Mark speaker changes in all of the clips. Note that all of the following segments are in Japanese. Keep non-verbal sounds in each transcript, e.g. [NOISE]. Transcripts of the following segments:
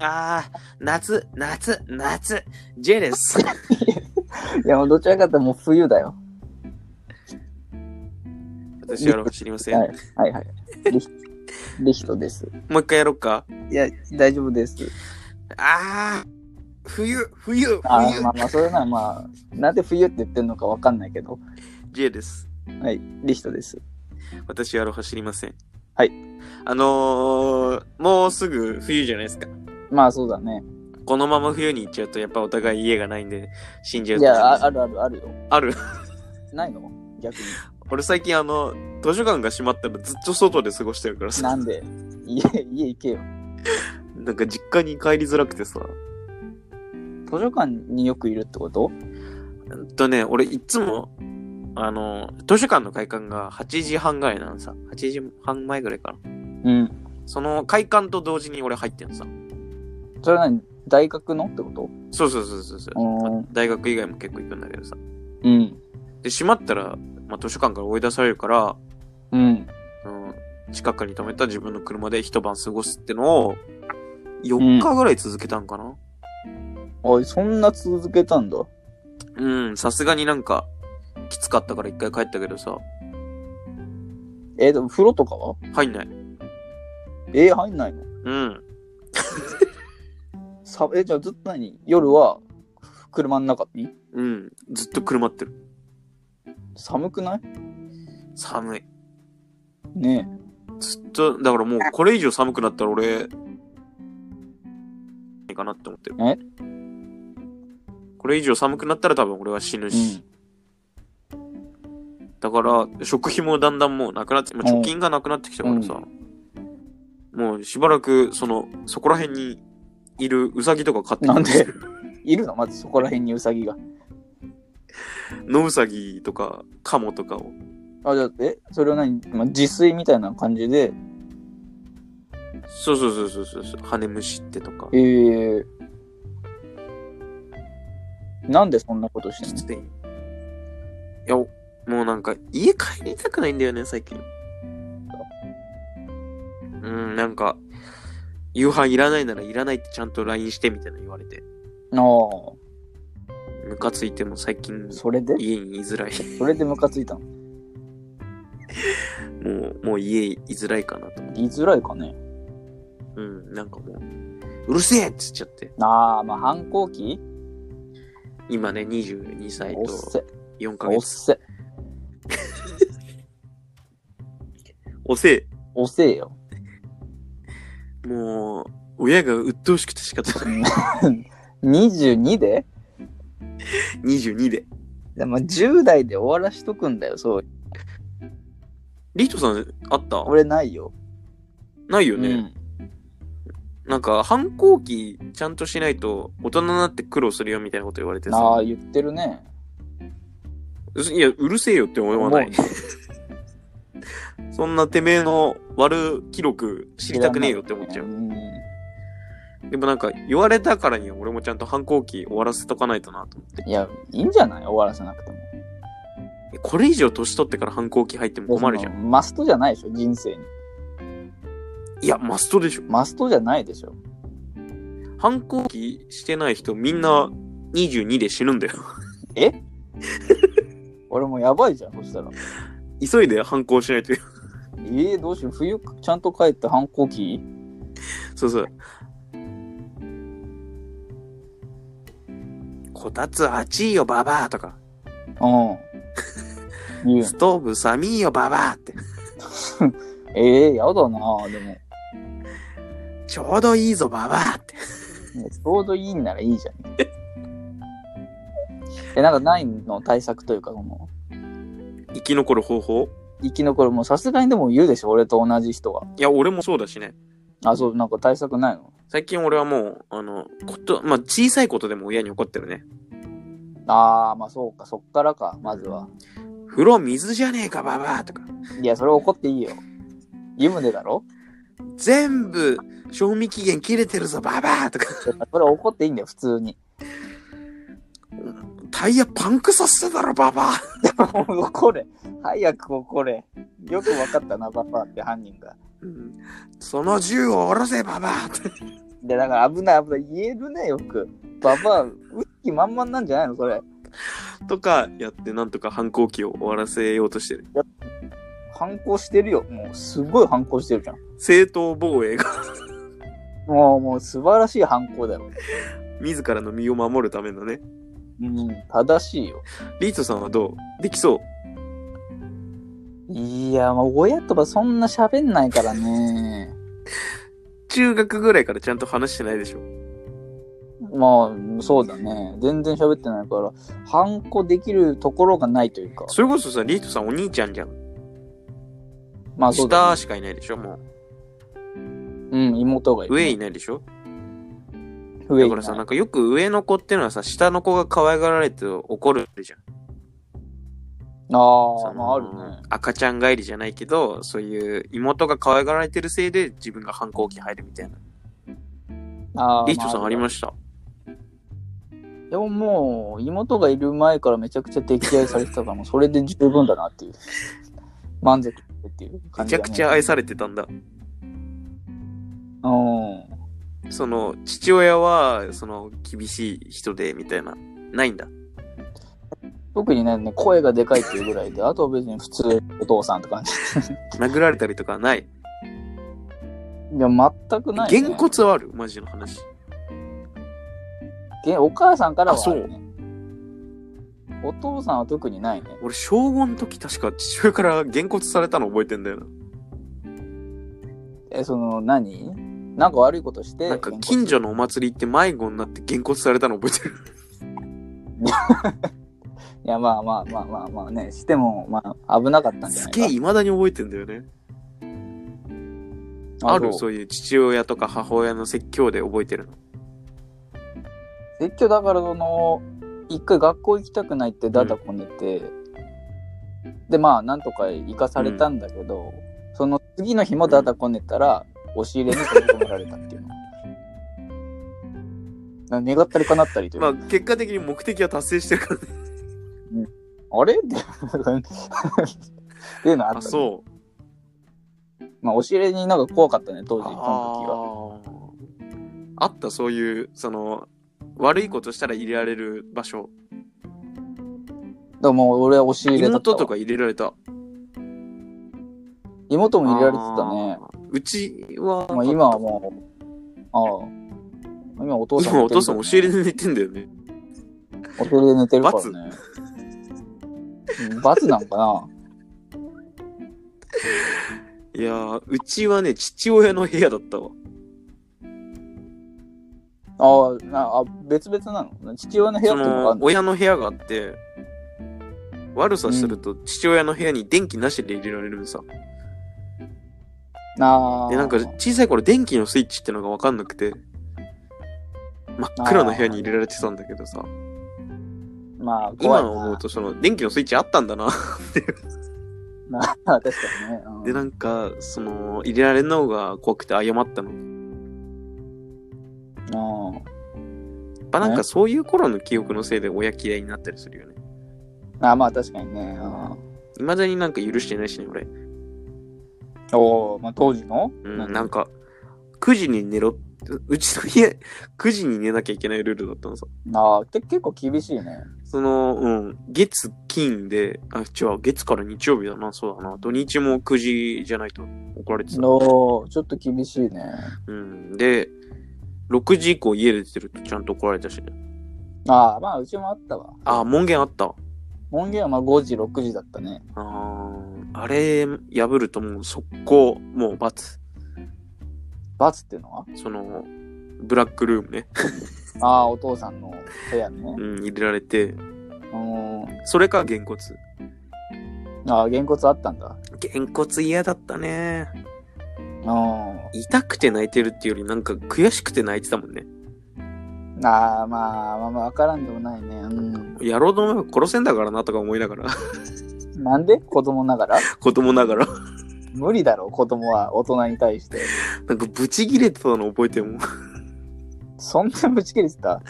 Speaker 1: ああ、夏、夏、夏、ジェレス。
Speaker 2: いや、もうどちらかというともう冬だよ。
Speaker 1: 私やろう知りません。も
Speaker 2: はい、はい、はい。リヒリヒトです。
Speaker 1: う一回やろうか。
Speaker 2: いや、大丈夫です。
Speaker 1: ああ、冬、冬、
Speaker 2: あー
Speaker 1: 冬
Speaker 2: ま。あまあ、それならまあ、なんで冬って言ってるのかわかんないけど。
Speaker 1: ジェです。
Speaker 2: はい、リヒトです。
Speaker 1: 私はアロハ知りません。
Speaker 2: はい。
Speaker 1: あのー、もうすぐ冬じゃないですか。
Speaker 2: まあ、そうだね。
Speaker 1: このまま冬に行っちゃうと、やっぱお互い家がないんで、死んじゃう
Speaker 2: い
Speaker 1: と思い
Speaker 2: や、
Speaker 1: ます
Speaker 2: ああるあるあるよ。
Speaker 1: ある。
Speaker 2: ないの逆に。
Speaker 1: 俺最近あの、図書館が閉まったらずっと外で過ごしてるからさ。
Speaker 2: なんで家、家行けよ。
Speaker 1: なんか実家に帰りづらくてさ。
Speaker 2: 図書館によくいるってこと
Speaker 1: うんとね、俺いつも、あの、図書館の開館が8時半ぐらいなのさ。8時半前ぐらいかな。
Speaker 2: うん。
Speaker 1: その開館と同時に俺入ってんのさ。
Speaker 2: それは何大学のってこと
Speaker 1: そうそうそうそうそうう。
Speaker 2: ーん。
Speaker 1: 大学以外も結構行くんだけどさ。
Speaker 2: うん。
Speaker 1: で、閉まったら、まあ、図書館から追い出されるから、
Speaker 2: うん。
Speaker 1: その近くに止めた自分の車で一晩過ごすってのを、4日ぐらい続けたんかな
Speaker 2: おい、そんな続けたんだ。
Speaker 1: うん、さすがになんか、きつかったから一回帰ったけどさ、
Speaker 2: え、でも風呂とかは
Speaker 1: 入んない。
Speaker 2: え、入んないの
Speaker 1: うん。
Speaker 2: さえ、じゃあずっと何夜は車の中に
Speaker 1: うん。ずっと車ってる。
Speaker 2: 寒くない
Speaker 1: 寒い。
Speaker 2: ね
Speaker 1: ずっと、だからもうこれ以上寒くなったら俺、いいかなって思ってる。
Speaker 2: え
Speaker 1: これ以上寒くなったら多分俺は死ぬ
Speaker 2: え。
Speaker 1: し。だから、食費もだんだんもうなくなって、まあ、
Speaker 2: うん
Speaker 1: 貯金がなくなってきたからさ、もうしばらく、その、そこら辺にいるウサギとか飼って
Speaker 2: なんで
Speaker 1: くる
Speaker 2: いるのまずそこら辺にウサギが。
Speaker 1: [LAUGHS] 野ウサギとか、カモとかを。
Speaker 2: あ、じゃあ、え、それは何、まあ、自炊みたいな感じで、
Speaker 1: そうそうそうそうそうそう、羽虫ってとか
Speaker 2: え。ー、なんでそんなことしてんの
Speaker 1: きつい。いや、もうなんか、家帰りたくないんだよね、最近。うん、なんか、夕飯いらないならいらないってちゃんと LINE してみたいなの言われて、
Speaker 2: あ
Speaker 1: ムカついても最近
Speaker 2: あ、それで
Speaker 1: 家に居づらい。 [LAUGHS]
Speaker 2: それでムカついたの
Speaker 1: もう、もう家居づらいかなと。
Speaker 2: 言いづらいかね
Speaker 1: うん、なんかもう、うるせえって言っちゃって。
Speaker 2: ああ、まあ反抗期
Speaker 1: 今ね、22歳
Speaker 2: おっ
Speaker 1: と
Speaker 2: せ、
Speaker 1: 4ヶ
Speaker 2: おっ
Speaker 1: 月。
Speaker 2: せ、
Speaker 1: おせ
Speaker 2: おせえよ。
Speaker 1: え。もう、親が鬱陶しくて仕方ない。 [LAUGHS]
Speaker 2: 22で
Speaker 1: 22で。
Speaker 2: でも10代で終わらしとくんだよ、そう。
Speaker 1: リートさん、あった
Speaker 2: 俺ないよ。
Speaker 1: ないよ
Speaker 2: う
Speaker 1: ね。
Speaker 2: ん。
Speaker 1: なんか、反抗期ちゃんとしないと、大人になって苦労するよみたいなこと言われて
Speaker 2: あ
Speaker 1: さ。
Speaker 2: あ、言ってるね。
Speaker 1: いや、うるせえよって思わない
Speaker 2: 思。
Speaker 1: [LAUGHS] そんなてめえの悪記録知りたくねえよって思っちゃう。
Speaker 2: ん。
Speaker 1: でもなんか、言われたからには俺もちゃんと反抗期終わらせとかないとなと思って。
Speaker 2: いや、いいんじゃない終わらせなくても。
Speaker 1: これ以上年取ってから反抗期入っても困るじゃん。
Speaker 2: ん。マストじゃないでしょ、人生に。
Speaker 1: いや、マストでしょ。
Speaker 2: マストじゃないでしょ。
Speaker 1: 反抗期してない人みんな22で死ぬんだよ。 [LAUGHS]
Speaker 2: え俺もうやばいじゃん、そしたら。
Speaker 1: 急いで反抗しないと。
Speaker 2: えー、どうしよう。冬、ちゃんと帰って反抗期
Speaker 1: そうそう。こたつ暑いよ、ババアとか。
Speaker 2: うん。言
Speaker 1: [LAUGHS]
Speaker 2: う
Speaker 1: ストーブ寒いよ、ババアって。
Speaker 2: ええー、やだなでも。
Speaker 1: ちょうどいいぞ、ババアって。
Speaker 2: ねちょうどいいんならいいじゃん。え、なんかないの対策というか、この、
Speaker 1: 生き残る方法
Speaker 2: 生き残る、もうさすがにでも言うでしょ、俺と同じ人が。
Speaker 1: いや、俺もそうだしね。
Speaker 2: あ、そう、なんか対策ないの
Speaker 1: 最近俺はもう、あの、こと、まあ、小さいことでも親に怒ってるね。
Speaker 2: あー、まあそうか、そっからか、まずは。
Speaker 1: 風呂水じゃねえか、ババアとか。
Speaker 2: いや、それ怒っていいよ。湯船だろ
Speaker 1: 全部、賞味期限切れてるぞ、ババアとか。
Speaker 2: それ怒っていいんだよ、普通に。 [LAUGHS]
Speaker 1: タイヤパンクさせただろ、ババア。
Speaker 2: 怒れ。早く怒れ。よく分かったな、パパって犯人が。
Speaker 1: うんその銃を下ろせ、ババアって。
Speaker 2: で、だから危ない危ない。言えるね、よく。ババア、ウッキ満々なんじゃないのそれ。
Speaker 1: とかやって、なんとか反抗期を終わらせようとしてる。
Speaker 2: 反抗してるよ。もう、すごい反抗してるじゃん。
Speaker 1: 正当防衛が [LAUGHS]
Speaker 2: もう、もう、素晴らしい反抗だよ。
Speaker 1: 自らの身を守るためのね。
Speaker 2: うん、正しいよ。
Speaker 1: リートさんはどうできそう。
Speaker 2: いや、まあ、親とかそんな喋んないからね。
Speaker 1: 中学ぐらいからちゃんと話してないでしょ。
Speaker 2: まあ、そうだね。全然喋ってないから、反抗できるところがないというか。
Speaker 1: それこそさ、リートさんお兄ちゃんじゃん。
Speaker 2: まあ、そう
Speaker 1: 下
Speaker 2: だ、ね。
Speaker 1: しかいないでしょ、も。
Speaker 2: うん、妹がいうる。
Speaker 1: 上いないでしょ。
Speaker 2: 上
Speaker 1: だ
Speaker 2: い
Speaker 1: か
Speaker 2: ない
Speaker 1: らさ、なんかよく上の子ってのはさ、下の子が可愛がられて怒るじゃん。
Speaker 2: あ
Speaker 1: そ
Speaker 2: あ、
Speaker 1: の
Speaker 2: まあ、あるね。
Speaker 1: 赤ちゃん帰りじゃないけど、そういう妹が可愛がられてるせいで自分が反抗期入るみたいな。
Speaker 2: あ
Speaker 1: リートさんありま
Speaker 2: し
Speaker 1: した。
Speaker 2: た。でももう、妹がいる前からめちゃくちゃ溺愛されてたから、もうそれで十分だなっていう。 [LAUGHS] 満足っていう
Speaker 1: め
Speaker 2: 感
Speaker 1: ち
Speaker 2: じ、
Speaker 1: ゃ
Speaker 2: ね。
Speaker 1: くちゃ愛されてたんだ。
Speaker 2: うん。
Speaker 1: その、父親は、その、厳しい人で、みたいな。ないんだ。
Speaker 2: 特にね、声がでかいっていうぐらいで、あとは別に普通お父さんって感じ。
Speaker 1: 殴られたりとかはない。
Speaker 2: いや、全くない、ね。
Speaker 1: げんこつはあるマジの話。
Speaker 2: げんお母さんからは
Speaker 1: あそう
Speaker 2: あるね、お父さんは特にないね。
Speaker 1: 俺、小5の時確か父親からげんこつされたの覚えてんだよな。
Speaker 2: え、その、何なんか悪いことして。
Speaker 1: なんか近
Speaker 2: 所。
Speaker 1: 所のお祭り行って迷子になってげんこつされたの覚えてる。
Speaker 2: いや、まあまあまあまあまあね、しても、まあ、危なかったんじゃ
Speaker 1: す
Speaker 2: ないか。
Speaker 1: げえ未だに覚えてんだよね。ある
Speaker 2: そ。
Speaker 1: そうういう父親とか母親の説教で覚えてるの。
Speaker 2: 説教だから、その、一回学校行きたくないってダダこねて、で、まあ、なんとか行かされたんだけど、その次の日もダダこねたら、押し入れに閉じ込められたっていうの。な願ったり叶ったりという
Speaker 1: ま
Speaker 2: か
Speaker 1: あ、結果的に目的は達成してるからね。
Speaker 2: あれって [LAUGHS] っていうのあった、
Speaker 1: あ、
Speaker 2: ね。
Speaker 1: そう。
Speaker 2: まあ、押し入れになんか怖かったね、当時、その時は。
Speaker 1: ああ。あった、そういう、その、悪いことしたら入れられる場所。
Speaker 2: でももう俺は押し入れだったわ。
Speaker 1: 妹とか入れられた。
Speaker 2: 妹も入れられてたね。
Speaker 1: あー。うちは、
Speaker 2: まあ、今はもう、ああ。今お父さん
Speaker 1: 今お父さん
Speaker 2: お
Speaker 1: 教えれで寝てんだよね。
Speaker 2: お父で寝てるからね。うん罰なんかない
Speaker 1: やー、うちはね、父親の部屋だったわ。
Speaker 2: ああなあ、別々なの父親の部屋
Speaker 1: そ
Speaker 2: っていうのが
Speaker 1: の
Speaker 2: ある、の
Speaker 1: 親の部屋があって、悪さすると父親の部屋に電気なしで入れられるのさ。
Speaker 2: ああ。
Speaker 1: で、なんか小さい頃電気のスイッチってのがわかんなくて、真っ暗な部屋に入れられてたんだけどさ、
Speaker 2: まあ、
Speaker 1: 今
Speaker 2: 怖いな。
Speaker 1: 思うとその電気のスイッチあったんだな。 [LAUGHS]
Speaker 2: まあ、確かにね。うん
Speaker 1: で、なんか、その、入れられるのが怖くて謝ったの。や
Speaker 2: うん
Speaker 1: っぱなんかそういう頃の記憶のせいで親嫌いになったりするよね。
Speaker 2: ああまあ、確かにね。うん
Speaker 1: 未だになんか許してないしね、俺。
Speaker 2: おお、まあ、当時の
Speaker 1: うん、なんか、9時に寝ろって、うちの家、9時に [LAUGHS] 寝なきゃいけないルールだったのさ。
Speaker 2: ああ、け結構厳しいね。
Speaker 1: その、うん、月、金で、あ、違う、月から日曜日だな、そうだな。土日も9時じゃないと怒られてた。
Speaker 2: のちょっと厳しいね。
Speaker 1: うん、で、6時以降家出てるとちゃんと怒られたしね。
Speaker 2: ああ、まあ、うちもあったわ。
Speaker 1: あ、門限あった。
Speaker 2: 門限はまあ5時、6時だったね。
Speaker 1: あーあれ、破るともう速攻、もう罰。
Speaker 2: 罰っていうのは
Speaker 1: その、ブラックルームね。
Speaker 2: ああ、お父さんの部屋ね。
Speaker 1: うん、入れられて、
Speaker 2: うん。
Speaker 1: それか、げんこつ。
Speaker 2: ああ、げんこつあったんだ。
Speaker 1: げんこつ嫌だったね。
Speaker 2: う
Speaker 1: 痛くて泣いてるっていうより、なんか悔しくて泣いてたもんね。
Speaker 2: ん。ああ、まあ、まあ、まあ、わからんでもないね。うん。
Speaker 1: やろうと思えば殺せんだからなとか思いながら、 [LAUGHS]
Speaker 2: なんで子供ながら
Speaker 1: 子供ながら、
Speaker 2: 無理だろ、子供は大人に対して。
Speaker 1: なんかブチギレてたの覚えてるもん。
Speaker 2: そんなぶち切れてた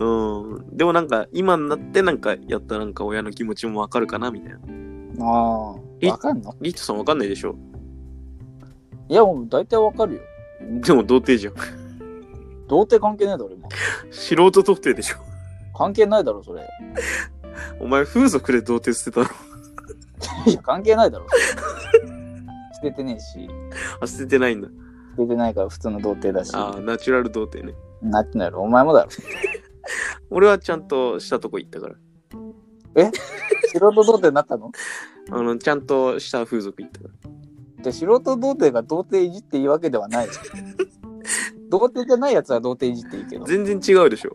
Speaker 1: うん。でもなんか、今になってなんか、やったらなんか親の気持ちもわかるかな、みたいな。
Speaker 2: ああ、わかんの
Speaker 1: リットさんわかんないでしょ
Speaker 2: いや、もう大体わかるよ。
Speaker 1: でも童貞じゃん。 [LAUGHS]
Speaker 2: 童貞関係ないだろ、今。
Speaker 1: 素人特定でしょ。
Speaker 2: 関係ないだろ、それ。
Speaker 1: お前、風俗で童貞捨てたろ。
Speaker 2: いや、関係ないだろ。それ捨ててねえし、
Speaker 1: あ、捨ててないんだ。
Speaker 2: 捨ててないから普通の童貞だし。
Speaker 1: あーナチュラル童貞ね。
Speaker 2: なってないろ、お前もだろ。
Speaker 1: 俺はちゃんとしたとこ行ったから。
Speaker 2: 素人童貞になったの
Speaker 1: あの、ちゃんとした風俗行ったから。
Speaker 2: じゃあ素人童貞が童貞いじっていいわけで
Speaker 1: [LAUGHS]
Speaker 2: はない。童貞じゃないやつは童貞いじっていいけど。い
Speaker 1: 全然違うでしょ。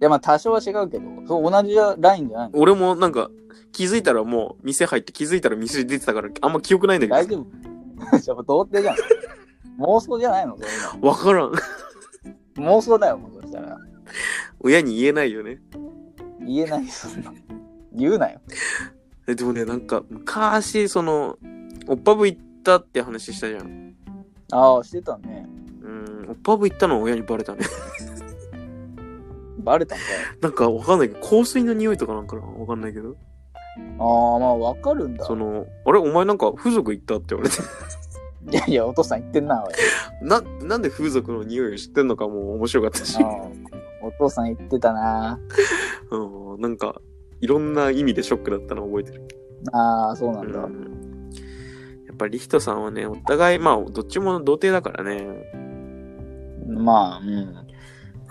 Speaker 2: や、まあ多少は違うけど、そう同じラインじゃないの。
Speaker 1: 俺もなんか、気づいたらもう、店入って気づいたら店出てたから、あんま記憶ないんだ
Speaker 2: 大
Speaker 1: けど。
Speaker 2: 丈夫。 [LAUGHS] じゃあ童貞じゃん。妄想じゃないのそれ
Speaker 1: わからん。 [LAUGHS]
Speaker 2: 妄想だよ、もうそしたら。
Speaker 1: 親に言えないよね。
Speaker 2: 言えないよ、そんな。言うなよ。
Speaker 1: えでもね、なんか、昔、その、おっぱぶ行ったって話したじゃん。
Speaker 2: ああ、してたね。
Speaker 1: うん、おっぱぶ行ったのは親にバレたね。 [LAUGHS]
Speaker 2: バレたんかい。
Speaker 1: なんかわかんないけど、香水の匂いとかなんかなわかんないけど。
Speaker 2: ああ、まあわかるんだ。
Speaker 1: その、あれお前なんか風俗行ったって言われて。 [LAUGHS]
Speaker 2: いやいや、お父さん言ってんな、おい。
Speaker 1: な、なんで風俗の匂いを知ってんのかも面白かったし。
Speaker 2: うんお父さん言ってたな。
Speaker 1: [LAUGHS] うん、なんか、いろんな意味でショックだったのを覚えてる。
Speaker 2: ああ、そうなんだ。
Speaker 1: うん、やっぱりリヒトさんはね、お互い、まあ、どっちも童貞だからね、
Speaker 2: まあ、うん。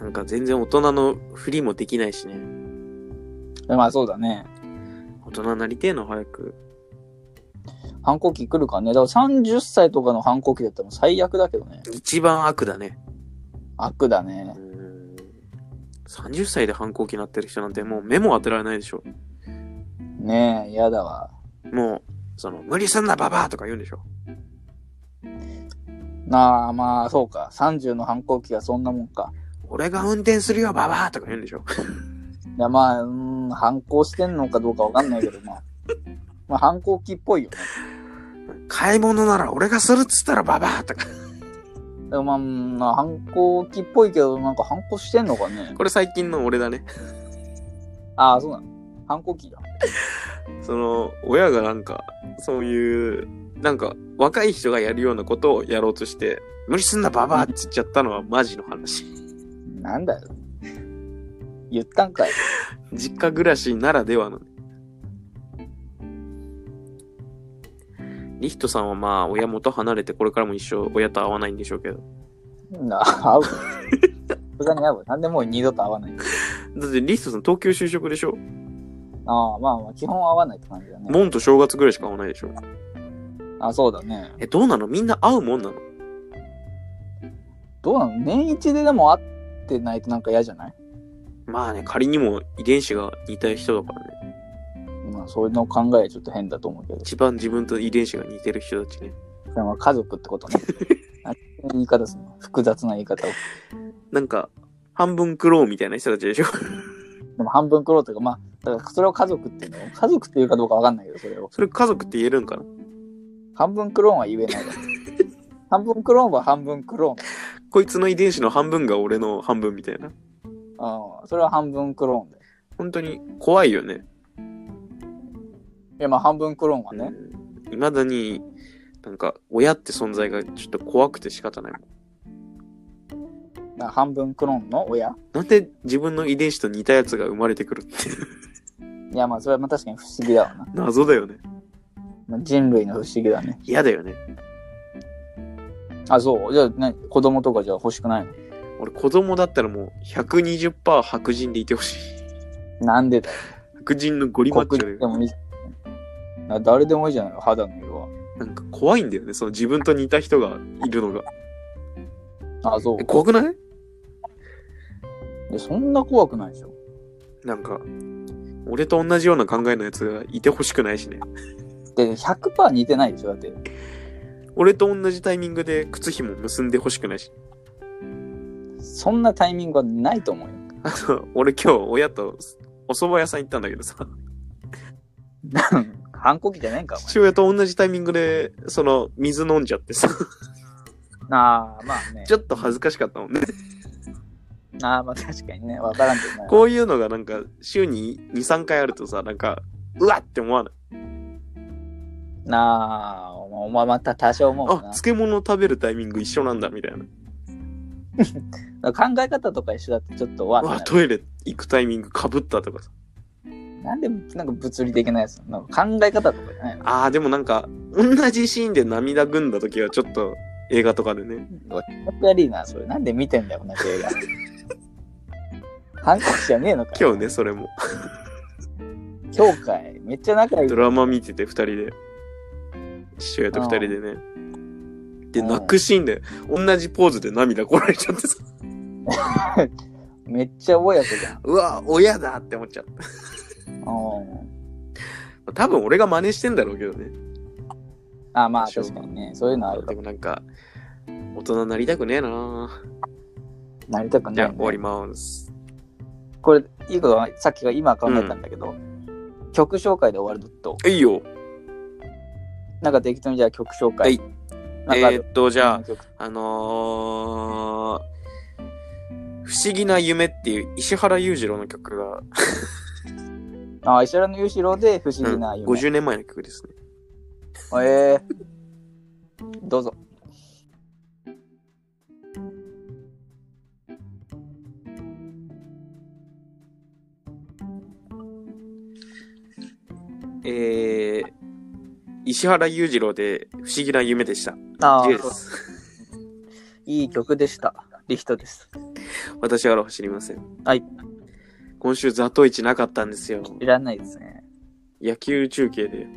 Speaker 1: なんか全然大人のふりもできないしね。
Speaker 2: まあそうだね。
Speaker 1: 大人になりてえの、早く。
Speaker 2: 反抗期来るからね。だから30歳とかの反抗期だったらもう最悪だけどね。
Speaker 1: 一番悪だね。
Speaker 2: 悪だね
Speaker 1: う。ん。30歳で反抗期になってる人なんてもう目も当てられないでしょ。
Speaker 2: ねえ、嫌だわ。
Speaker 1: もう、その、無理すんな、ババアとか言うんでしょ。
Speaker 2: なあ、まあそうか。30の反抗期はそんなもんか。
Speaker 1: 俺が運転するよ、ババアとか言うんでしょ。
Speaker 2: いやまあ、うん、反抗してんのかどうかわかんないけど、まあ。 [LAUGHS] まあ反抗期っぽいよね。
Speaker 1: 買い物なら俺がするっつったらババアとか。
Speaker 2: でもまあうん、まあ反抗期っぽいけど、なんか反抗してんのかね。
Speaker 1: これ最近の俺だね。
Speaker 2: ああ、そうなの。反抗期だ。
Speaker 1: その、親がなんか、そういう、なんか、若い人がやるようなことをやろうとして、無理すんな、ババアって言っちゃったのはマジの話。
Speaker 2: なんだよ。言ったんかい。
Speaker 1: [LAUGHS] 実家暮らしならではの。リヒトさんはまあ、親元離れて、これからも一生親と会わないんでしょうけど。
Speaker 2: なあ、合う。さすがに合う。なんでもう二度と会わない。
Speaker 1: だってリヒトさん東京就職でしょ
Speaker 2: ああ、まあまあ、基本合わないって感じだね。
Speaker 1: 門と正月ぐらいしか会わないでしょ
Speaker 2: あそうだね。
Speaker 1: え、どうなのみんな会うもんなの
Speaker 2: どうなの年一ででも会ってないとなんか嫌じゃない
Speaker 1: まあね、仮にも遺伝子が似た人だからね。
Speaker 2: まあ、そういうの考えはちょっと変だと思うけど。
Speaker 1: 一番自分と遺伝子が似てる人たちね。
Speaker 2: でも家族ってことね。あ言い方するの。複雑な言い方を。
Speaker 1: なんか、半分クローンみたいな人たちでしょ [LAUGHS]
Speaker 2: でも半分苦労というか、まあ、だからそれを家族っていうの家族っていうかどうかわかんないけど、それを。
Speaker 1: それ家族って言えるんかな
Speaker 2: 半分クローンは言えないだろ。半分クローンは半分クローン。
Speaker 1: こいつの遺伝子の半分が俺の半分みたいな。
Speaker 2: うん、それは半分クローンで。
Speaker 1: 本当に怖いよね。
Speaker 2: いや、まあ半分クローンはね。
Speaker 1: いまだに、なんか、親って存在がちょっと怖くて仕方ないもん。
Speaker 2: だから半分クローンの親
Speaker 1: なんで自分の遺伝子と似たやつが生まれてくるっていう
Speaker 2: いや、まあそれはまあ確かに不思議だわな。
Speaker 1: 謎だよね。
Speaker 2: まあ、人類の不思議だね。
Speaker 1: 嫌だよね。
Speaker 2: あ、そう。じゃあ、ね、子供とかじゃあ欲しくないの
Speaker 1: 俺子供だったらもう120%白人でいてほしい。 [LAUGHS]
Speaker 2: なんでだよ。
Speaker 1: 白人のゴリマッ
Speaker 2: 黒
Speaker 1: チョだ
Speaker 2: 人で
Speaker 1: よ。
Speaker 2: もいい。な誰でもいいじゃないの肌の色は。
Speaker 1: なんか怖いんだよね。その自分と似た人がいるのが。
Speaker 2: あ、そう
Speaker 1: え。怖くない
Speaker 2: いやそんな怖くないでしょ。
Speaker 1: なんか、俺と同じような考えのやつがいてほしくないしね。
Speaker 2: で、100%似てないでしょだって。
Speaker 1: 俺と同じタイミングで靴紐結んでほしく [LAUGHS] ないし。
Speaker 2: そんなタイミングはないと思うよ。 [LAUGHS]
Speaker 1: あの、俺今日親とお蕎麦屋さん行ったんだけどさ、
Speaker 2: 反抗期じゃないんか、お前。
Speaker 1: 父親と同じタイミングで、その、水飲んじゃってさ、 [LAUGHS]
Speaker 2: ああ、まあね
Speaker 1: ち。ょっと恥ずかしかったもんね。
Speaker 2: ああ、まあ確かにね。わからんけどね。
Speaker 1: こういうのがなんか、週に2、3回あるとさ、なんか、うわって思わない。
Speaker 2: なあ、お前また多少思う
Speaker 1: あ
Speaker 2: な。、
Speaker 1: 漬物食べるタイミング一緒なんだ、みたいな。
Speaker 2: だから考え方とか一緒だとちょっとわ
Speaker 1: う
Speaker 2: ーっ
Speaker 1: わ、
Speaker 2: てなる
Speaker 1: トイレ行くタイミングかぶったとかさ。
Speaker 2: なんでなんか物理的なやつなんか考え方とかじゃないの
Speaker 1: ああ、でもなんか、同じシーンで涙ぐんだ時はちょっと映画とかでね。
Speaker 2: 気持ち悪いなそれなんで見てんだよ同じ
Speaker 1: [LAUGHS]
Speaker 2: 映画反抗期じゃねえのかよ
Speaker 1: 今日ね、それも。
Speaker 2: 今日かいめっちゃ仲いい
Speaker 1: ドラマ見てて二人で。父親と二人でね。で、
Speaker 2: うん
Speaker 1: 泣くシーンで、同じポーズで涙こられちゃってさ。
Speaker 2: めっちゃ親子じゃん
Speaker 1: [LAUGHS] うわ、親だって思っちゃっ
Speaker 2: う
Speaker 1: た。
Speaker 2: ん
Speaker 1: 多分俺が真似してんだろうけどね。
Speaker 2: あまあ
Speaker 1: そう
Speaker 2: 確かにねそういうのあるか
Speaker 1: で
Speaker 2: も
Speaker 1: もなんか、大人になりたくねえな
Speaker 2: なりたくない、ね、
Speaker 1: じゃあ終わります。
Speaker 2: これいいことはさっきが今考えたんだけど、曲紹介で終わると
Speaker 1: いいよ。
Speaker 2: なんか適当にじゃあ曲紹
Speaker 1: はい
Speaker 2: 介なんかあ
Speaker 1: え
Speaker 2: る
Speaker 1: ーっと、じゃあ、
Speaker 2: 曲
Speaker 1: あのー、不思議な夢っていう石原裕次郎の曲が、
Speaker 2: あ石原の裕次郎で不思
Speaker 1: う
Speaker 2: 議
Speaker 1: ん、
Speaker 2: な夢、
Speaker 1: 50年前の曲ですね。
Speaker 2: ええどうぞ
Speaker 1: えー、石原裕次郎で不思議な夢でした。
Speaker 2: あ
Speaker 1: 以上で
Speaker 2: ー
Speaker 1: す。
Speaker 2: いい曲でしたリヒトです
Speaker 1: 私からは知りません。
Speaker 2: はい
Speaker 1: 今週ザトイチなかったんですよ。
Speaker 2: いらないですね
Speaker 1: 野球中継で。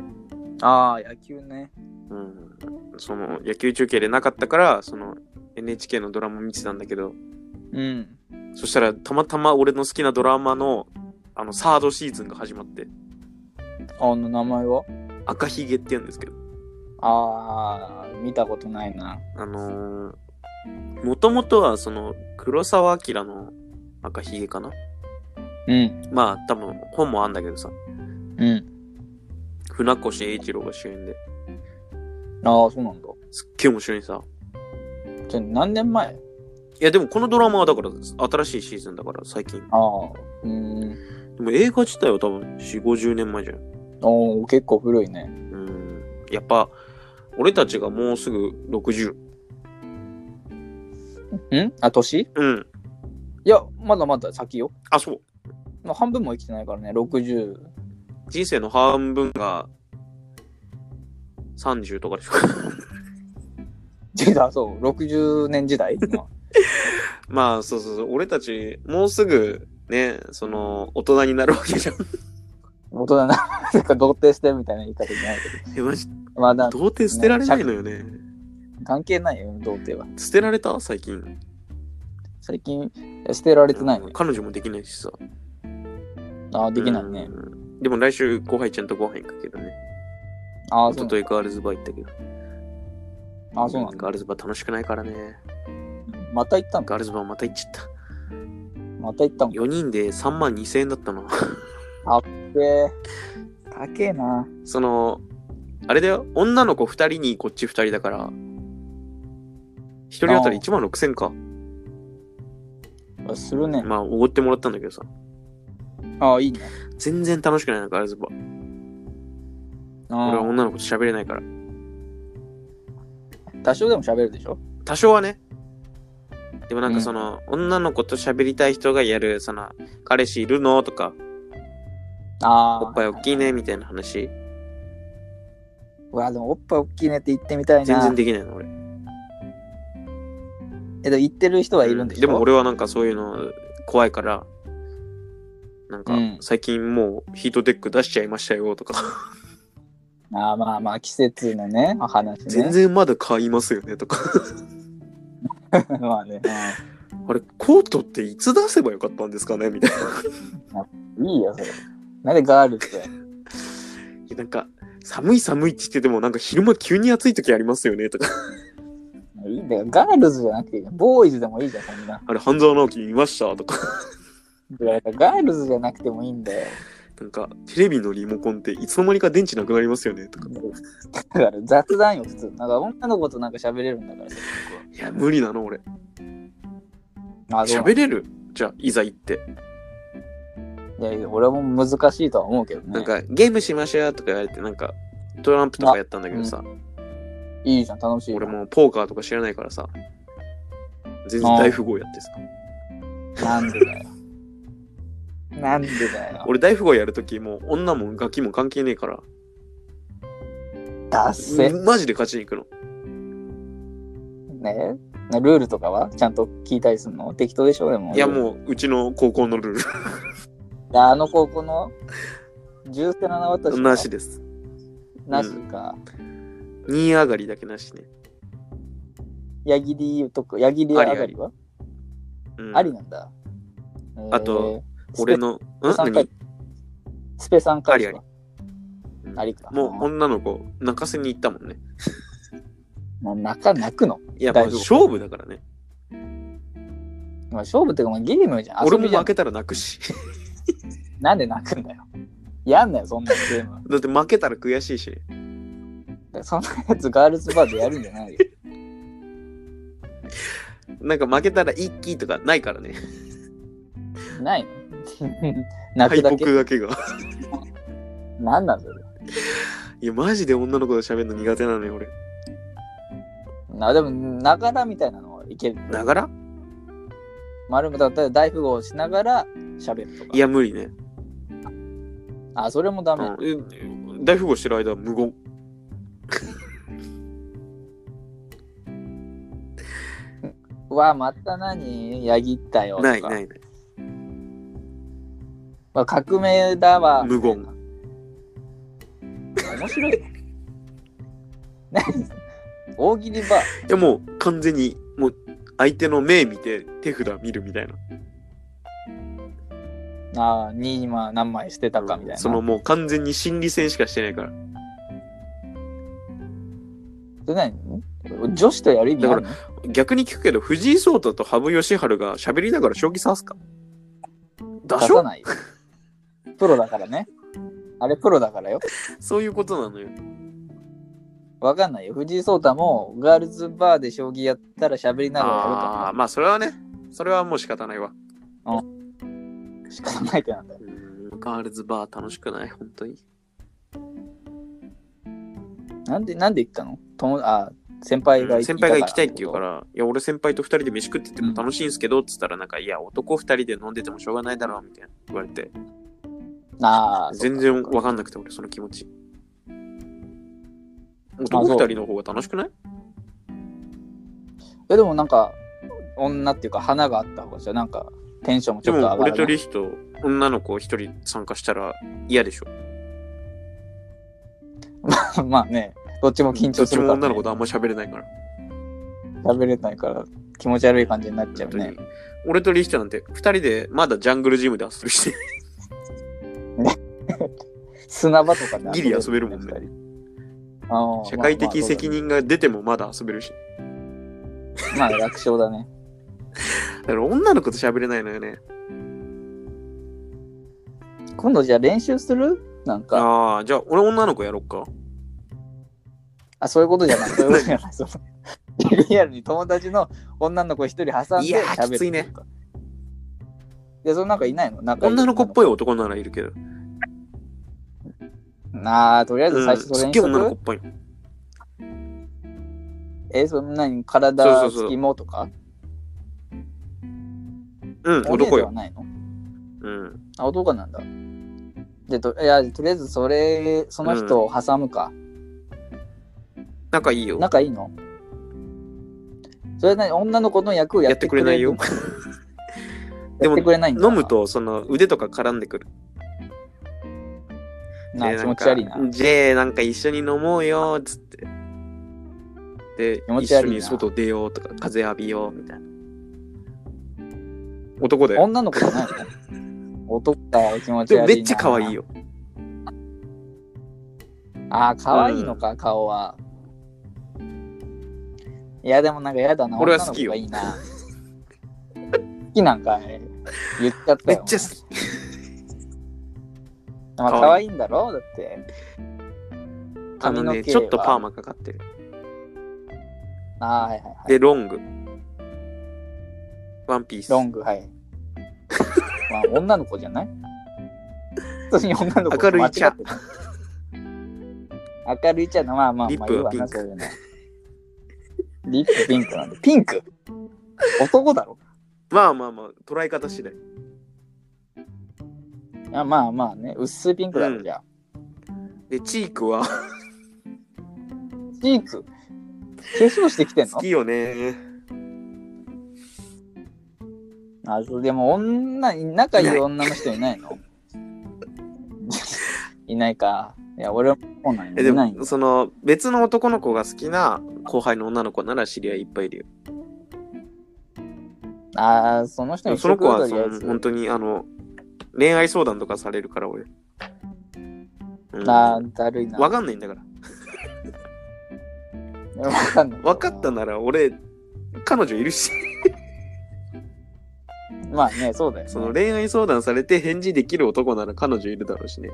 Speaker 2: ああ野球ね
Speaker 1: うん。その野球中継でなかったから、その NHK のドラマ見てたんだけど、
Speaker 2: うん
Speaker 1: そしたらたまたま俺の好きなドラマの、あの、サードシーズンが始まって、
Speaker 2: あの名前は
Speaker 1: 赤ひげって言うんですけど、
Speaker 2: ああ見たことないな
Speaker 1: あのー、もともとはその、黒沢明の赤ひげかな
Speaker 2: うん
Speaker 1: まあ多分本もあんだけどさ、
Speaker 2: うん
Speaker 1: 船越英一郎が主演で、
Speaker 2: ああそうなんだ
Speaker 1: すっげえ面白いさ。
Speaker 2: じゃあ何年前
Speaker 1: いやでもこのドラマはだから新しいシーズンだから最近。
Speaker 2: ああうん
Speaker 1: でも映画自体は多分4、50年前じゃん。
Speaker 2: おお結構古いね
Speaker 1: うん。やっぱ、俺たちがもうすぐ60。
Speaker 2: んあ年い
Speaker 1: うん。
Speaker 2: やまだまだ先よ
Speaker 1: あ、そう。
Speaker 2: まあ半分も生きてないからね60
Speaker 1: 人生の半分が30とかでしょ。 [LAUGHS]
Speaker 2: 時代そう60年時
Speaker 1: [LAUGHS]
Speaker 2: 代、まあ
Speaker 1: まあ、そうそうそう。俺たち、もうすぐ、ね、その、大人になるわけじゃ
Speaker 2: [LAUGHS]
Speaker 1: ん。
Speaker 2: 大人な、 [LAUGHS] なんか童貞してるみたいな言い方じゃないけ
Speaker 1: え、マジ、
Speaker 2: ど。まあ、だ
Speaker 1: 童貞捨てられないのよ
Speaker 2: [LAUGHS]
Speaker 1: ね。
Speaker 2: 関係ないよ、童貞は。
Speaker 1: 捨てられた最近。
Speaker 2: 最近、捨てられてないの。
Speaker 1: 彼女もできないしさ。
Speaker 2: ああ、できないね。
Speaker 1: うん。でも来週、後輩ちゃんとご飯行くけどね。
Speaker 2: ああ、
Speaker 1: 一
Speaker 2: そう
Speaker 1: 昨日ガールズバー行ったけど。
Speaker 2: ああ、そうなんだ。
Speaker 1: ガールズバー楽しくないからね。
Speaker 2: また行ったんか。
Speaker 1: ガールズバーまた行っちゃった。
Speaker 2: また行ったんか。
Speaker 1: 4人で3万2000円だったの。 [LAUGHS]
Speaker 2: で、高えな。
Speaker 1: その、あれだよ。女の子2人にこっち2人だから、1人当たり1万6000か。
Speaker 2: あするね。
Speaker 1: まあ、おごってもらったんだけどさ。
Speaker 2: ああ、いいね。
Speaker 1: 全然楽しくないの、ガールズバー。
Speaker 2: あ
Speaker 1: 俺は
Speaker 2: あ
Speaker 1: 女の子と喋れないから。
Speaker 2: 多少でも喋るでしょ
Speaker 1: 多少はね。でもなんかその、女の子と喋りたい人がやる、その、彼氏いるのとか、
Speaker 2: ああ。
Speaker 1: おっぱい大きいね、みたいな話。
Speaker 2: うわ、でもおっぱい大きいねって言ってみたいな。
Speaker 1: 全然できないの、俺。
Speaker 2: え、でも言ってる人はいるんでしょ、
Speaker 1: でも俺はなんかそういうの怖いから、なんか
Speaker 2: うん
Speaker 1: 最近もうヒートテック出しちゃいましたよとか、
Speaker 2: ああ、まあまあ、季節のね、お話ね。
Speaker 1: 全。然まだ買いますよねとか、
Speaker 2: [LAUGHS] まあね。
Speaker 1: あれ、コートっていつ出せばよかったんですかねみたい
Speaker 2: うんいいよ、それ。なんでガールズだよ
Speaker 1: な。なんか、寒い寒いって言ってても、なんか昼間急に暑い時ありますよねとか、
Speaker 2: いいんだよ。ガールズじゃなくていいじゃん。ボーイズでもいいじゃん、そんな。
Speaker 1: あれ、半沢直樹見ましたとか、
Speaker 2: だからガールズじゃなくてもいいんだよ。
Speaker 1: なんか、テレビのリモコンっていつの間にか電池なくなりますよねとか、
Speaker 2: だから雑談よ、普通。なんか女の子となんか喋れるんだからさ
Speaker 1: いや、無理なの俺。
Speaker 2: あそう
Speaker 1: 喋れるじゃあ、いざ行って。
Speaker 2: いやいや、俺も難しいとは思うけどね。
Speaker 1: なんか、ゲームしましょうとか言われて、なんか、トランプとかやったんだけどさ、
Speaker 2: いいじゃん、楽しい。
Speaker 1: 俺。もポーカーとか知らないからさ、全然大富豪やってさ。
Speaker 2: なんでだよ。なんでだよ。
Speaker 1: 俺大富豪やるときもう女もガキも関係ねえから、
Speaker 2: ダッセ。
Speaker 1: マジで勝ちに行くの。
Speaker 2: ねなルールとかはちゃんと聞いたりするの適当でしょでも。
Speaker 1: いや
Speaker 2: う。
Speaker 1: もううちの高校のルー
Speaker 2: あの高校の重世七渡し
Speaker 1: ル
Speaker 2: か
Speaker 1: なしです。
Speaker 2: なしか。
Speaker 1: 2位上がりだけなしね。
Speaker 2: 矢切とか、矢切上がりは
Speaker 1: うん、
Speaker 2: ありなんだ。
Speaker 1: あと
Speaker 2: えー、
Speaker 1: 俺の、ん
Speaker 2: スペ三回
Speaker 1: 何
Speaker 2: スペ3回
Speaker 1: あり
Speaker 2: か。ありか。
Speaker 1: もう
Speaker 2: う
Speaker 1: 女の子泣かせに行ったもんね。
Speaker 2: ん、もう泣か泣くの。
Speaker 1: いやもう
Speaker 2: 大富豪
Speaker 1: 勝負だからね。
Speaker 2: まあ、勝負っていうか、まあ、ゲームじゃん。
Speaker 1: 俺も
Speaker 2: 遊びじゃ
Speaker 1: 負
Speaker 2: ん。
Speaker 1: けたら泣くし。
Speaker 2: なんで泣くんだよ。やんなよ、そんなゲーム。
Speaker 1: だって負けたら悔しいし。
Speaker 2: [LAUGHS] そんなやつガールズバーでやるんじゃないよ。
Speaker 1: なんか負けたら一気とかないからね。
Speaker 2: ないの [LAUGHS] 泣
Speaker 1: 敗
Speaker 2: く
Speaker 1: 北。だ
Speaker 2: だけ
Speaker 1: けが。
Speaker 2: なんなんだよ。
Speaker 1: いや、マジで女の子と喋るの苦手なのよ、俺。
Speaker 2: なでも、ながらみたいなのはいける。
Speaker 1: ながら
Speaker 2: まあ、でも例えば大富豪をしながら喋るとか。
Speaker 1: いや、無理ね。
Speaker 2: あ、それもダメ。
Speaker 1: うんえ大富豪してる間は無言。
Speaker 2: うわ、また何やぎったよとか。
Speaker 1: ないないない。
Speaker 2: まあ、革命だわ。
Speaker 1: 無言
Speaker 2: 面白い。 [LAUGHS] 何大喜利バー。
Speaker 1: いや、もう完全に、もう相手の目見て手札見るみたいな。
Speaker 2: ああ、に今何枚してたかみたいな。
Speaker 1: そのもう完全に心理戦しかしてないから。
Speaker 2: で何女子とやる意味あるの
Speaker 1: 逆に聞くけど、藤井聡太と羽生善治が喋りながら将棋指すかだ
Speaker 2: 出
Speaker 1: し
Speaker 2: さ
Speaker 1: ょ
Speaker 2: ないよ。プロだからね。あれプロだからよ。
Speaker 1: そういうことなのよ。
Speaker 2: わかんないよ。藤井聡太もガールズバーで将棋やったら喋りながらやる
Speaker 1: ああー、まあそれはね、それはもう仕方ないわ。
Speaker 2: としかないってなんだよ。
Speaker 1: うんガールズバー楽しくない本当に。
Speaker 2: なんで、なんで行ったの友あ先輩が。
Speaker 1: 先輩が行きたいって言うからら、いや、俺先輩と二人で飯食ってても楽しいんすけど、っつったら、なんか、いや、男二人で飲んでてもしょうがないだろ、みたいな言われて、
Speaker 2: ああ、
Speaker 1: 全然わかんなくて、俺、その気持ち。男二人の方が楽しくない
Speaker 2: え、でもなんか、女っていうか花があった方がじゃ、なんかテンションもち
Speaker 1: で
Speaker 2: ょっと
Speaker 1: も、
Speaker 2: 上が
Speaker 1: 俺と
Speaker 2: る、
Speaker 1: リヒと女の子一人参加したら嫌でしょ。
Speaker 2: [LAUGHS] まあね、どっちも緊
Speaker 1: ど
Speaker 2: 張
Speaker 1: っ
Speaker 2: す
Speaker 1: ち
Speaker 2: る
Speaker 1: も
Speaker 2: から、ね。
Speaker 1: 女の子とあんま喋れないから。
Speaker 2: 喋れないから気持ち悪い感じになっちゃ
Speaker 1: 本
Speaker 2: う
Speaker 1: 当
Speaker 2: ね
Speaker 1: に。。俺とリヒトなんて二人でまだジャングルジムで遊びして
Speaker 2: 砂場とかで
Speaker 1: ギリ遊べるもんね
Speaker 2: 二人ああ
Speaker 1: 社会的責。任が出てもまだ遊べるし。
Speaker 2: まあ、まあまあ楽勝だね。
Speaker 1: だから女の子と喋れないのよね。
Speaker 2: 今度じゃあ練習するなんか、あ
Speaker 1: ああー、じゃあ俺女の子やろっか。
Speaker 2: そういうことじゃない。そういうことじゃない。そのリアルに友達の女の子一人挟ん
Speaker 1: い
Speaker 2: で
Speaker 1: やー
Speaker 2: 喋る
Speaker 1: きついね。
Speaker 2: で、そのなんかいないの仲いい
Speaker 1: 女の子っぽい男ならいるけど。
Speaker 2: なあ、とりあえ
Speaker 1: う
Speaker 2: ず
Speaker 1: ん
Speaker 2: 最初そ
Speaker 1: す
Speaker 2: れ
Speaker 1: っ
Speaker 2: に
Speaker 1: げえ
Speaker 2: する、
Speaker 1: 女の子っぽい。
Speaker 2: え、そんなに
Speaker 1: そう
Speaker 2: 体
Speaker 1: そうそう
Speaker 2: つきもとか
Speaker 1: うん、男
Speaker 2: お姉では
Speaker 1: よ。
Speaker 2: ないの
Speaker 1: うん。
Speaker 2: あ、男なんだ。で、といやとりあえずそれ、その人を挟むか。
Speaker 1: 仲いいよ。
Speaker 2: 仲いいのそれなに女の子の役をや
Speaker 1: や
Speaker 2: っ
Speaker 1: って
Speaker 2: て
Speaker 1: く
Speaker 2: く
Speaker 1: れ
Speaker 2: れ
Speaker 1: ないよ。
Speaker 2: やってくれないんだ
Speaker 1: 飲むと、その腕とか絡んでくる。
Speaker 2: なあ
Speaker 1: で
Speaker 2: 気持ち悪いな
Speaker 1: なんかじゃあ、なんか一緒に飲もうよ、つって。で
Speaker 2: 気、持
Speaker 1: 一
Speaker 2: ち
Speaker 1: 緒
Speaker 2: 悪いな
Speaker 1: に外出ようとか、風浴びよう、みたいな。男で。
Speaker 2: 女の子じゃないの男だよ気持ち
Speaker 1: で
Speaker 2: 悪
Speaker 1: も
Speaker 2: いな
Speaker 1: めっちゃ可愛いよ。
Speaker 2: ああ可愛いのか、顔はいやでもなんかやだな
Speaker 1: 俺は好きよ
Speaker 2: 女の子がいいな好きなんかい言っちゃった
Speaker 1: め
Speaker 2: よ
Speaker 1: っちゃ好き。
Speaker 2: まあ
Speaker 1: 可愛い
Speaker 2: 可愛いんだろだって
Speaker 1: あのね、ちょっとパーマかかってる。
Speaker 2: ああはいはいはい
Speaker 1: で、ロング。ワンピース。
Speaker 2: ロングはい、まあ、女の子じゃない普通に女の子
Speaker 1: 明るい茶
Speaker 2: 間違ってない明るい茶のまあまあ
Speaker 1: リ
Speaker 2: ま
Speaker 1: ッ
Speaker 2: あ
Speaker 1: プはピ
Speaker 2: いいわ
Speaker 1: ン
Speaker 2: な
Speaker 1: ク
Speaker 2: そういうのリップピンクなんでピンク男だろ
Speaker 1: まあまあまあ、捉え方次第。
Speaker 2: あまあまあね、薄いピンクだろ、
Speaker 1: うん
Speaker 2: じゃあ。
Speaker 1: で、チーク
Speaker 2: [LAUGHS]
Speaker 1: は
Speaker 2: チーク、化粧してきてんの
Speaker 1: 好きよね。
Speaker 2: あ、そうでも女、仲いい女の人いないの [LAUGHS] いないか。いや、俺もそうなんや。
Speaker 1: え、で
Speaker 2: いないん
Speaker 1: も、
Speaker 2: だ
Speaker 1: その、別の男の子が好きな後輩の女の子なら知り合いいっぱいいるよ。
Speaker 2: ああ、その人
Speaker 1: で
Speaker 2: に
Speaker 1: もその子は、そ
Speaker 2: とりあえ
Speaker 1: の
Speaker 2: ず
Speaker 1: 本当に、あの、恋愛相談とかされるから、俺。うん
Speaker 2: ああ、だるいな。
Speaker 1: わかんないんだから。
Speaker 2: わかんない。
Speaker 1: 分かったなら、俺、彼女いるし、 [LAUGHS]
Speaker 2: まあね、そうだよ、ね。
Speaker 1: その恋愛相談されて返事できる男なら彼女いるだろうしね。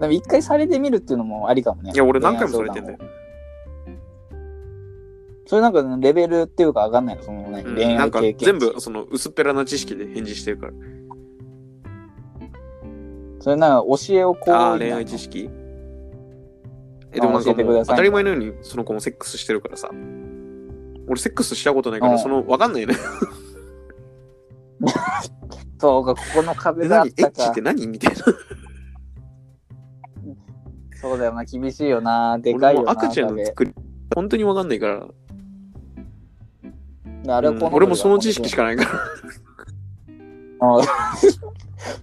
Speaker 2: でも一回されてみるっていうのもありかもね。
Speaker 1: いや、俺何回もされてんだよ
Speaker 2: 恋愛相談。を。それなんかねレベルっていうか上がんないのそのね、
Speaker 1: うん
Speaker 2: 恋
Speaker 1: な
Speaker 2: 愛
Speaker 1: んか
Speaker 2: 経験値。
Speaker 1: 全部、その薄っぺらな知識で返事してるから。
Speaker 2: それなんか教えをこう。
Speaker 1: ああー、恋愛知識え、でもなん
Speaker 2: 教
Speaker 1: か
Speaker 2: えて
Speaker 1: も
Speaker 2: く
Speaker 1: う
Speaker 2: ださ
Speaker 1: 当
Speaker 2: い
Speaker 1: たり前のようにその子もセックスしてるからさ。俺セックスしたことないか
Speaker 2: う
Speaker 1: ら、
Speaker 2: ん
Speaker 1: その、わかんないね。
Speaker 2: そうか、ここの
Speaker 1: え、
Speaker 2: 壁があっ
Speaker 1: 何エッ
Speaker 2: た
Speaker 1: チっ
Speaker 2: か
Speaker 1: て。何みたいな。
Speaker 2: そうだよな、厳しいよな。でか
Speaker 1: 俺
Speaker 2: い
Speaker 1: も
Speaker 2: よ
Speaker 1: う
Speaker 2: な。
Speaker 1: 赤ちゃんの作り、本当にわかんないから。
Speaker 2: 壁あれは
Speaker 1: うん
Speaker 2: 好みだ
Speaker 1: 俺もその知識しかないから。
Speaker 2: あー [LAUGHS]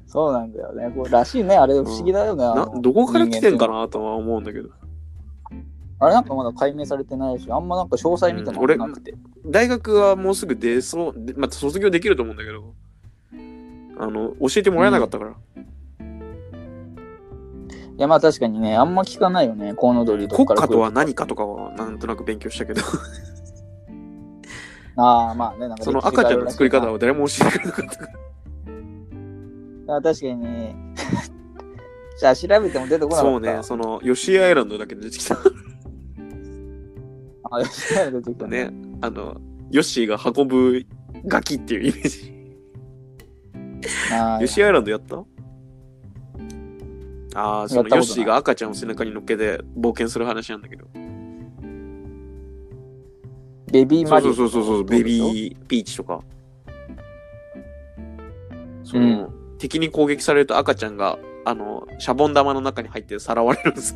Speaker 2: そうなんだよね。こうらしいね。あれ不思議だよね。あ
Speaker 1: な [LAUGHS]
Speaker 2: の
Speaker 1: どこから来てんか
Speaker 2: 人間っていうのは
Speaker 1: なとは思うんだけど。
Speaker 2: あれなんかまだ解明されてないし、あんまなんか詳細見ても
Speaker 1: うん
Speaker 2: なくて。
Speaker 1: 大学はもうすぐ出そう、でまあ、卒業できると思うんだけど、あの、教えてもらえなかったから。
Speaker 2: いやまあ確かにね、あんま聞かないよね。コウノドリと
Speaker 1: 国
Speaker 2: かか
Speaker 1: 家
Speaker 2: ら来る
Speaker 1: とは何かとかはなんとなく勉強
Speaker 2: [LAUGHS]
Speaker 1: したけど、
Speaker 2: ああ、まあね、なんか
Speaker 1: その赤ちゃんの作り方
Speaker 2: を。
Speaker 1: は誰も教えてくれなかったから。
Speaker 2: あ確かに [LAUGHS] ね。じゃあ調べても出てこなかった。
Speaker 1: そうね、その、ヨシアイランドだけ出てきた。
Speaker 2: あ、調べてきたね。
Speaker 1: ね、あの、ヨッシーが運ぶガキっていうイメージ。
Speaker 2: あ
Speaker 1: ヨシアイランドやったああ、そ
Speaker 2: やっ
Speaker 1: の
Speaker 2: た
Speaker 1: ヨ
Speaker 2: ことない
Speaker 1: ッシーが赤ちゃんを背中に乗っけて冒険する話なんだけど。
Speaker 2: ベビー
Speaker 1: そ
Speaker 2: マ
Speaker 1: う
Speaker 2: リ
Speaker 1: そ
Speaker 2: ー。
Speaker 1: うそうそうそう、ベビーピーチとか。その、敵に攻撃されると赤ちゃんが、あの、シャボン玉の中に入ってさらわれるんです。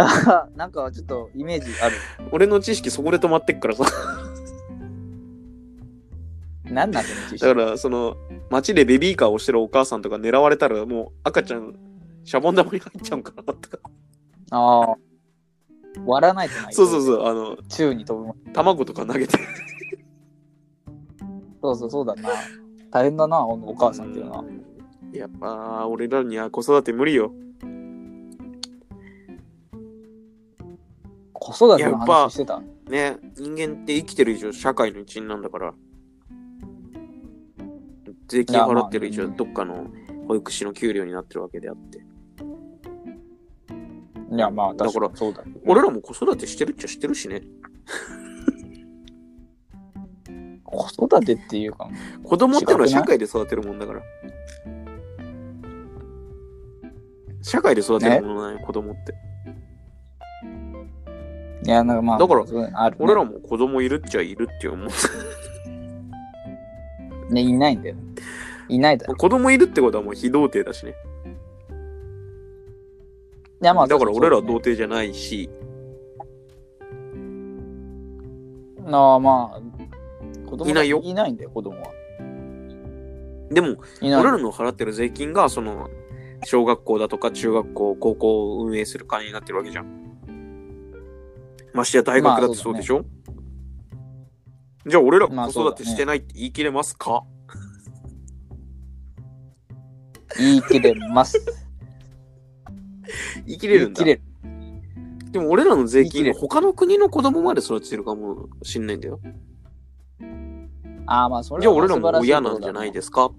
Speaker 2: あなんかちょっとイメージある。
Speaker 1: [LAUGHS] 俺の知識そこで止まってっからさ。
Speaker 2: [LAUGHS] なんなんその知識
Speaker 1: だから、その、街でベビーカーをしてるお母さんとか狙われたら、もう赤ちゃん、シャボン玉に入っちゃうんかなとか。
Speaker 2: ああ。割らないとない。。
Speaker 1: そうそうそうう、あの、
Speaker 2: 宙に飛ぶもん。
Speaker 1: 卵とか投げて。
Speaker 2: そうそうそうだな。大変だな、ほんとお母さんっていうのは。
Speaker 1: うんやっぱ、俺らには子育て無理よ。
Speaker 2: 子育ての話してた。
Speaker 1: ね、人間って生きてる以上社会の一員なんだから税金払ってる以
Speaker 2: いや
Speaker 1: 上
Speaker 2: まあ
Speaker 1: どっかの保育士の給料になってるわけであって、
Speaker 2: いや、まあ、
Speaker 1: だ
Speaker 2: 確
Speaker 1: か
Speaker 2: からにそうだね。
Speaker 1: 俺らも子育てしてるっちゃしてるしね
Speaker 2: 子育てっていうか、
Speaker 1: 子供っての
Speaker 2: 違くな
Speaker 1: はい社会で育てるもんだから社会で育てるものなんよ子供って
Speaker 2: いや、なんかまあ、
Speaker 1: だから
Speaker 2: そういうのあるね、
Speaker 1: 俺らも子供いるっちゃいるって思う
Speaker 2: ね、いないんだよ。いないだろ。
Speaker 1: 子供いるってことはもう非童貞だしね
Speaker 2: いや、まあ、
Speaker 1: だから俺らは童
Speaker 2: どう
Speaker 1: 貞じゃないし
Speaker 2: ああ、まあ、子供
Speaker 1: いないよ
Speaker 2: いないんだよ、子供は。
Speaker 1: でも
Speaker 2: いない。
Speaker 1: 俺らの払ってる税金がその小学校だとか中学校高校を運営する金になってるわけじゃんましてや大学だってそうでしょ、じゃあ俺ら
Speaker 2: まあ
Speaker 1: 子
Speaker 2: そうだ
Speaker 1: 育
Speaker 2: ね
Speaker 1: てしてないって言い切れますか、
Speaker 2: 言い切れます。
Speaker 1: [LAUGHS] 言い切れ
Speaker 2: 言
Speaker 1: る
Speaker 2: い
Speaker 1: んだ
Speaker 2: 切れる。
Speaker 1: でも俺らの税
Speaker 2: 言い切
Speaker 1: 金
Speaker 2: れ
Speaker 1: は
Speaker 2: る
Speaker 1: 他の国の子供まで育ててるかもしんないんだよ
Speaker 2: ああ、まあ、それ
Speaker 1: じゃあ
Speaker 2: は
Speaker 1: 俺らも
Speaker 2: 素晴しい
Speaker 1: 親
Speaker 2: こ
Speaker 1: な
Speaker 2: と
Speaker 1: んじゃ
Speaker 2: だ
Speaker 1: ないですかっ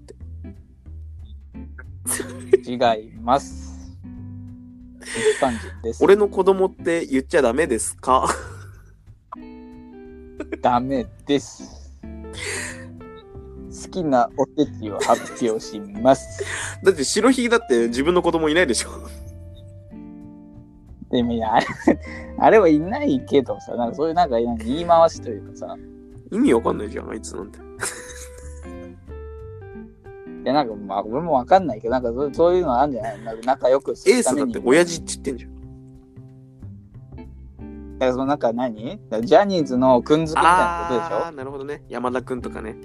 Speaker 1: て
Speaker 2: 違います。一般人です。
Speaker 1: 俺の子供って言っちゃダメですか [LAUGHS]
Speaker 2: ダメです。好きなおせちを発表します。
Speaker 1: だって白ひげだって自分の子供いないでしょ
Speaker 2: でもいや、あれ [LAUGHS] あれはいないけどさ、なんかそういうなんかなんか言い回しというかさ、
Speaker 1: 意味わかんないじゃん、あいつなんて。
Speaker 2: いやなんかまあ俺もわかんないけど、なんかそうそういうのあるんじゃないなんか仲良くす
Speaker 1: エー
Speaker 2: るた
Speaker 1: スだ
Speaker 2: め
Speaker 1: っ
Speaker 2: に。
Speaker 1: て親父って言ってんじゃん。
Speaker 2: だからそのなんか何だからジャニーズのくんづけみたいなことでしょ
Speaker 1: ああ、なるほどね。山田くんとかね。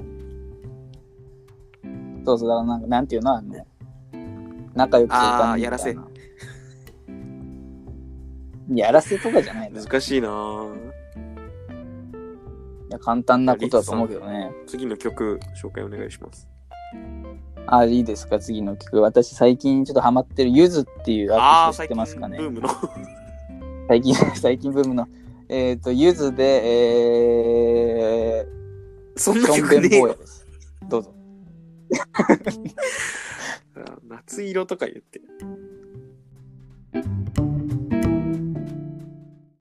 Speaker 2: そうそう、だからなんか、なんていうの、あの、仲良くするた
Speaker 1: あー
Speaker 2: めにみたいな
Speaker 1: やらせ。
Speaker 2: やらせとかじゃないのい
Speaker 1: 難しいなぁ
Speaker 2: や簡単なことだと思うけどね。
Speaker 1: 次の曲、紹介お願いします。
Speaker 2: あー、いいですか、次の曲。私、最近ちょっとハマってるゆずっていうアー
Speaker 1: ああ、
Speaker 2: ティスト知っ
Speaker 1: 最
Speaker 2: て
Speaker 1: 近、
Speaker 2: ますかね
Speaker 1: ブ。ームの。 [LAUGHS]
Speaker 2: 最近、 [LAUGHS] 最近ブームの。えっ、と、ゆずで、え
Speaker 1: そん
Speaker 2: ー、
Speaker 1: な
Speaker 2: ショ
Speaker 1: 曲
Speaker 2: ンベ
Speaker 1: ね
Speaker 2: ンボーヤです。どうぞ。
Speaker 1: あー夏色とか言って。
Speaker 3: 「